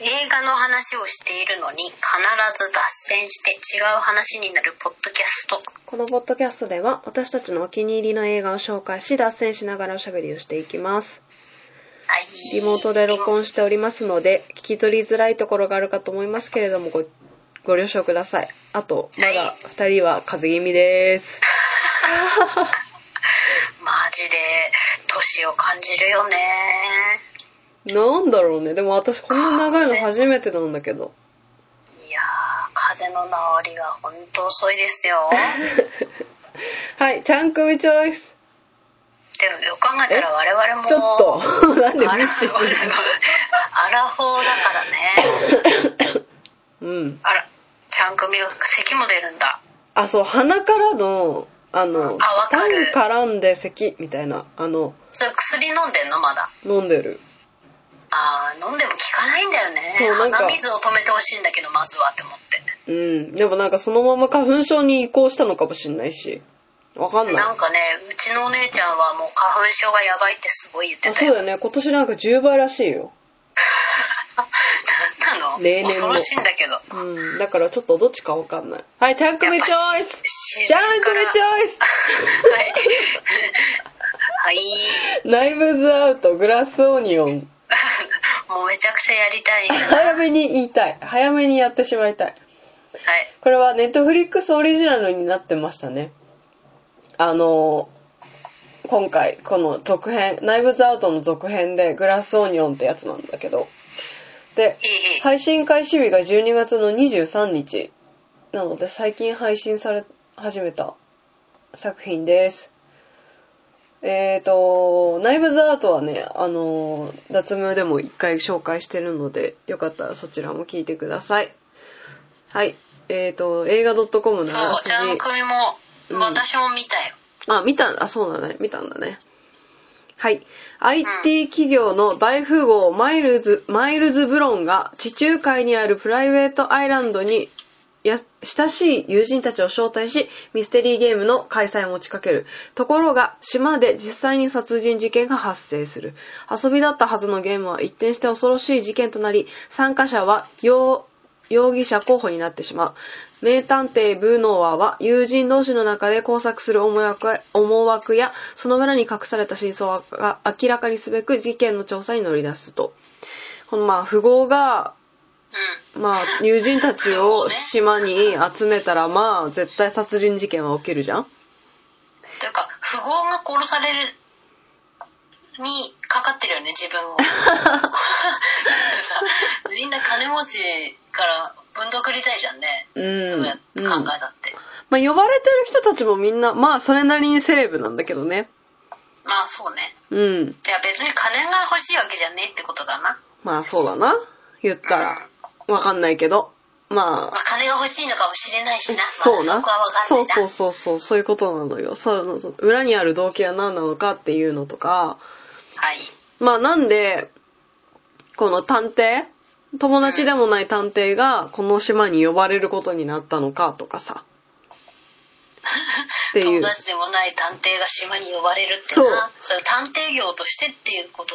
映画の話をしているのに必ず脱線して違う話になるポッドキャストこのポッドキャストでは私たちのお気に入りの映画を紹介し脱線しながらおしゃべりをしていきますはいリモートで録音しておりますので聞き取りづらいところがあるかと思いますけれどもごご了承くださいあとまだ2人は風邪気味ですマジで年を感じるよねなんだろうねでも私こんな長いの初めてなんだけどいやー風の治りが本当遅いです よはいちゃんくみチョイスでもよく考えたら我々もちょっと なんでアラ無フ視ォーしてるアラフォーだからねうんあらちゃん組が咳も出るんだあそう鼻からのあのあわかる痰絡んで咳みたいなあのそれ薬飲んでんのまだ飲んでるあー飲んでも効かないんだよねそうなんか鼻水を止めてほしいんだけどまずはって思ってうんでもなんかそのまま花粉症に移行したのかもしんないしわかんないなんかねうちのお姉ちゃんはもう花粉症がやばいってすごい言ってあたそうよだよね今年なんか10倍らしいよ なんなの例年の恐ろしいんだけどうんだからちょっとどっちかわかんないはいちゃんくみチョイス自ち然ゃんくからみチョイスはいはい ナイブズアウトグラスオニオンもうめちゃくちゃやりたいん だはい早めに言いたい早めにやってしまいたいこれはネットフリックスオリジナルになってましたねあの今回この続編ナイブズアウトの続編でグラスオニオンってやつなんだけどでいいいい配信開始日が12月の23日なので最近配信され始めた作品ですえーと「ナイブズアート」はねあのー脱毛でも一回紹介してるのでよかったらそちらも聞いてくださいはいえーと映画 .com のあそらうすちじゃん組も、うん私も見たよあ、見た、あ、そうだね。見たんだね。はい。IT 企業の大富豪マイルズ、マイルズ・ブロンが地中海にあるプライベートアイランドにや親しい友人たちを招待し、ミステリーゲームの開催を持ちかける。ところが、島で実際に殺人事件が発生する。遊びだったはずのゲームは一転して恐ろしい事件となり、参加者は要容疑者候補になってしまう。名探偵ブーノワーは友人同士の中で工作する思惑や思惑や、その裏に隠された真相が明らかにすべく事件の調査に乗り出すと。このまあ、富豪がうまあ、友人たちを島に集めたら、まあ、絶対殺人事件は起きるじゃんんというか富豪が殺されるにかかってるよね自 分をさみんな金持ちからぶんどくりたいじゃんね、うん。そうやってうん考えたって、まあ、呼ばれてる人たちもみんな、まあ、それなりにセレブなんだけどね。まあそうねうん。じゃあ別に金が欲しいわけじゃねえってことだな、まあ、そうだな。言ったら、わかんないけど。ままあ、金が欲しいのかもしれないしな、まあ、そうなそこはわ。かんそなういなそうそうそう、そういうことなのよ。そうのそう裏にある動機は何なのかっていうのとか、はいまあなんで、この探偵友達でもない探偵がこの島に呼ばれることになったのかとか さ。ってい友う。達でもない探偵が島に呼ばれるってそうなそれ探偵業としてっていうこと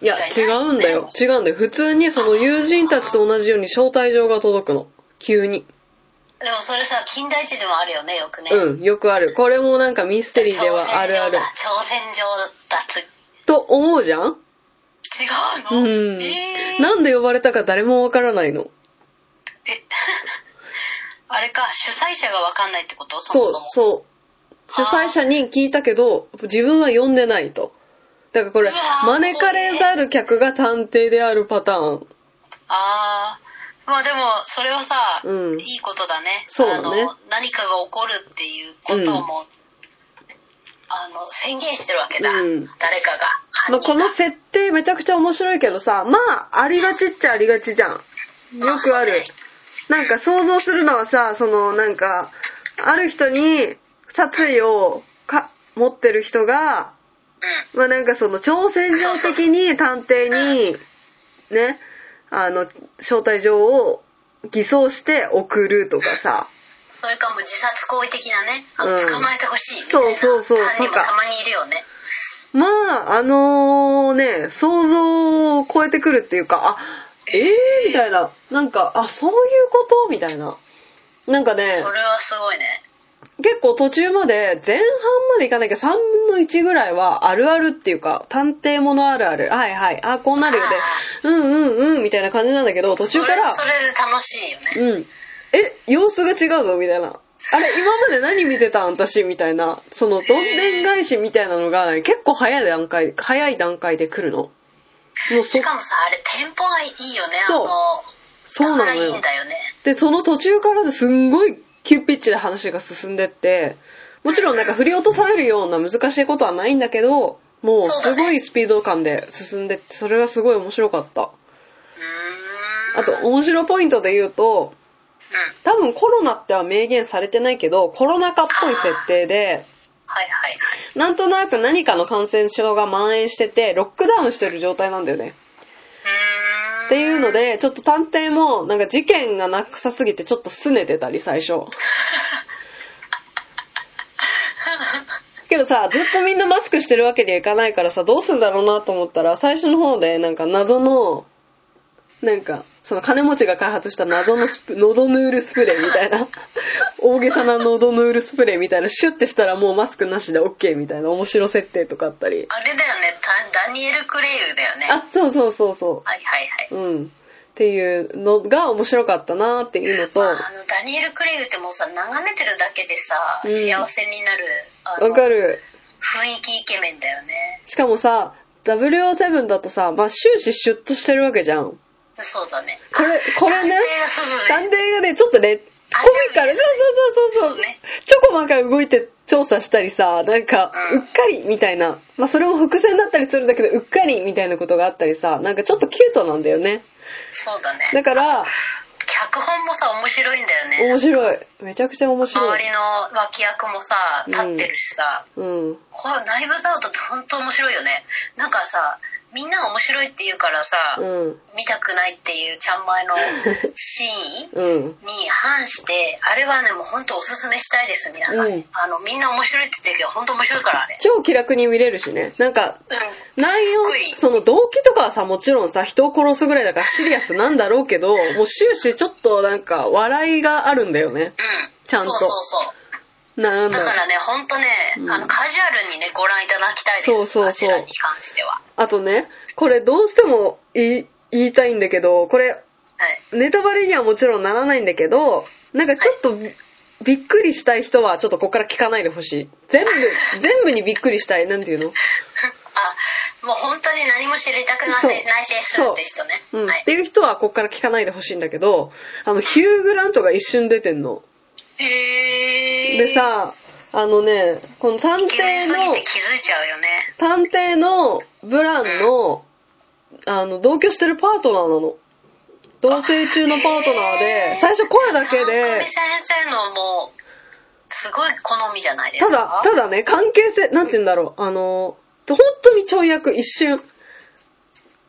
いや、違うんだよ。違うんだよ。普通にその友人たちと同じように招待状が届くの。急に。でもそれさ近代地でもあるよねよくね、うん、よくある。これもなんかミステリーではあるある。挑戦状だ挑戦と思うじゃん状だつ違うの、うんえ。ーなんで呼ばれたか誰もわからないの。えあれか主催者が分かんないってことそもそうそもそう主催者に聞いたけど自分は呼んでないとだからこれうわー招かれざる客が探偵であるパターンああまあでもそれはさ、うんいいことだねそうだねあの何かが起こるっていうことも、あの宣言してるわけだ、うん誰かがまあ、犯人こが、の設定めちゃくちゃ面白いけどさまあありがちっちゃありがちじゃんよくあるなんか想像するのはさそのなんかある人に殺意をか持ってる人がうまあなんかその挑戦状的に探偵にねあの招待状を偽装して送るとかさん、それかもう自殺行為的なねあの、うん捕まえてほしいみたいなそうそうそう犯人もとかたまにいるよねまああのね想像を超えてくるっていうかあえー、みたいな。なんか、あ、そういうことみたいな。なんかね、それはすごいね。結構途中まで、前半までいかなきゃ3分の1ぐらいはあるあるっていうか、探偵ものあるある。はいはい。あ、こうなるよね。うんうんうん、みたいな感じなんだけど、途中から、それそれで楽しいよね。うん。え、様子が違うぞ、みたいな。あれ、今まで何見てたん私、みたいな。その、どんでん返しみたいなのが、結構早い段階、早い段階で来るの。もうそし、かもさ、あれ、テンポがいいよね、そうあそうの、なだからのいいよん。だよね。で、その途中からですんごい急ピッチで話が進んでって、もちろんなんか振り落とされるような難しいことはないんだけど、もうすごいスピード感で進んでって、それがすごい面白かった。うーん。あと、面白ポイントで言ううと、ん。多分コロナっては明言されてないけど、コロナ禍っぽい設定で、はいはいはい。なんとなく何かの感染症が蔓延してて、ロックダウンしてる状態なんだようね。ーん。っていうので、ちょっと探偵も、なんか事件がなくさすぎてちょっと拗ねてたり、最初。けどさ、ずっとみんなマスクしてるわけにはいかないからさ、どうすんだろうなと思ったら、最初の方で、なんか謎の、なんか、その金持ちが開発した謎のスプ、喉ヌールスプレーみたいな、大げさな喉ヌールスプレーみたいな、シュッてしたらもうマスクなしで OK みたいな面白設定とかあったり。あれだよね、ダダニエル・クレイユだよね。あ、そうそうそうそう。はいはいはい。うん。っていうのが面白かったなっていうのと、まあ、わあのダニエル・クレイグってもうさ眺めてるだけでさ、うん幸せになるあのかる。雰囲気イケメンだよねしかもさ、WO7 だとさ、まあ、終始シュッとしてるわけじゃん。そうだねこれ、これね探、偵がそうそう探偵がね、ちょっとね、あコミカル、そそうそうそうそうそうね。ちょこまか動いて調査したりさ、なんか、ううんっかりみたいな。まあ、それも伏線だったりするんだけど、うっかりみたいなことがあったりさ、なんかちょっとキュートなんだよね。そうだねだから、脚本もさ面白いんだよね面白い。めちゃくちゃ面白周いり。の脇役もさ立ってるしさ、うん。これナイブズアウトって本当面白いよねなんかさみんなが面白いって言うからさ、うん。見たくないっていうちゃんまいのシーンうん。に反してあれはねもう本当おすすめしたいです皆さん、うんあのみんな面白いって言ってるけど本当面白いからあれ超気楽に見れるしね。なんか、う内容すごい、その動機とかはさ、もちろんさ、人を殺すぐらいだからシリアスなんだろうけど、もう終始ちょっとなんか笑いがあるんだよね。ん、ちゃんとそうそうなそんうだだろうからね本当ね、うんあのカジュアルにねご覧いただきたいですそうそうそうこちらに関してはあとね、これどうしても言い言いたいんだけど、これはいネタバレにはもちろんならないんだけど、なんかちょっとびびっくりしたい人はちょっとここから聞かないでほしい。 全部、全部にびっくりしたい。なんていうあのもう本当に何も知りたくなそういないですそうって人ね、うん。はっいていう人はここから聞かないでほしいんだけど、あの、ヒュー・グラントが一瞬出てんの。へえでさ、あのね、この探偵イケメンすぎのて、気づいちゃうよね探偵のブランの、あの、同居してるパートナーなの。同棲中のパートナーへでー、最初声だけ三で國、先生のもうすごい好みじゃないですたかだ、ただね、関係性、なんて言うんだろう、あの、本当にちょい役一瞬。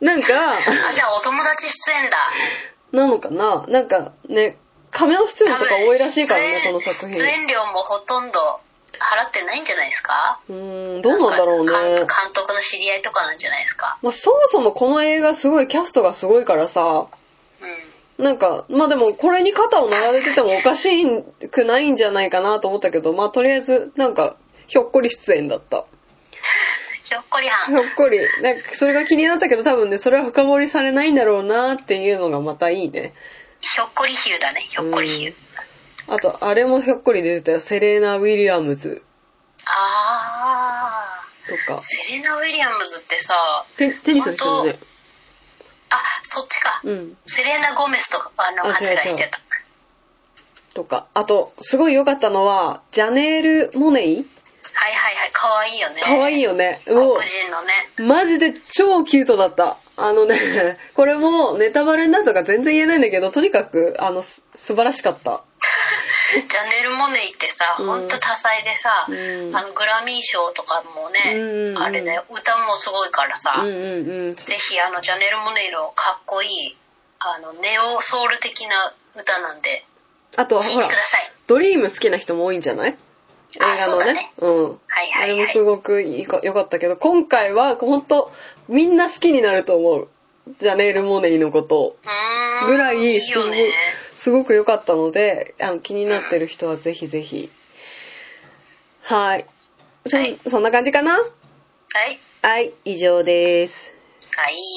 なんか、あじゃあお友達出演 だなのかななんかね、仮面出演とか多いらしいからね、こ多の分作出品。演料もほとんど払ってないんじゃないですかうーん、どうなんだろうね。監監督の知り合いとかなんじゃないですかまあ、そもそもこの映画すごいキャストがすごいからさ、うんなんか、まあでもこれに肩を並べててもおかしくないんじゃないかなと思ったけど、まあとりあえず、なんか、ひょっこり出演だった。ひょっこりはひんょっこり。なんか、それが気になったけど多分ね、それは深掘りされないんだろうなっていうのがまたいいね。ひょっこりヒューだねひょっこりヒューうんあと、あれもひょっこり出てたよ。セレーナ・ウィリアムズあとかー。セレナ・ウィリアムズってさテテニスの人だね。あそっちか、うん。セレナ・ゴメスとかあのあ勘違いしてたとか。あと、すごい良かったのは、ジャネール・モネイはいはいはいかわいいよねかわいいよね。うお黒人のねマジで超キュートだった。あのね、 これもネタバレになるとか全然言えないんだけど、とにかく、あの、す素晴らしかった。ジャネル・モネイってさ、うんほんと多彩でさ、うんあのグラミー賞とかもね、うんうんあれね歌もすごいからさ、うんうんうん。ぜひあのジャネル・モネイのかっこいいあのネオソウル的な歌なんであとは、聴いてほくらだ、さいドリーム好きな人も多いんじゃない映あ画のね。うん。はいあはいれはもいすごくいいか良かったけど、今回は本当みんな好きになると思う。ジャネール・モネイのことうん。ぐらいいいよね。すごく良かったのであの気になってる人はぜひぜひはいそはいそんな感じかなはい。はい以上ですはい。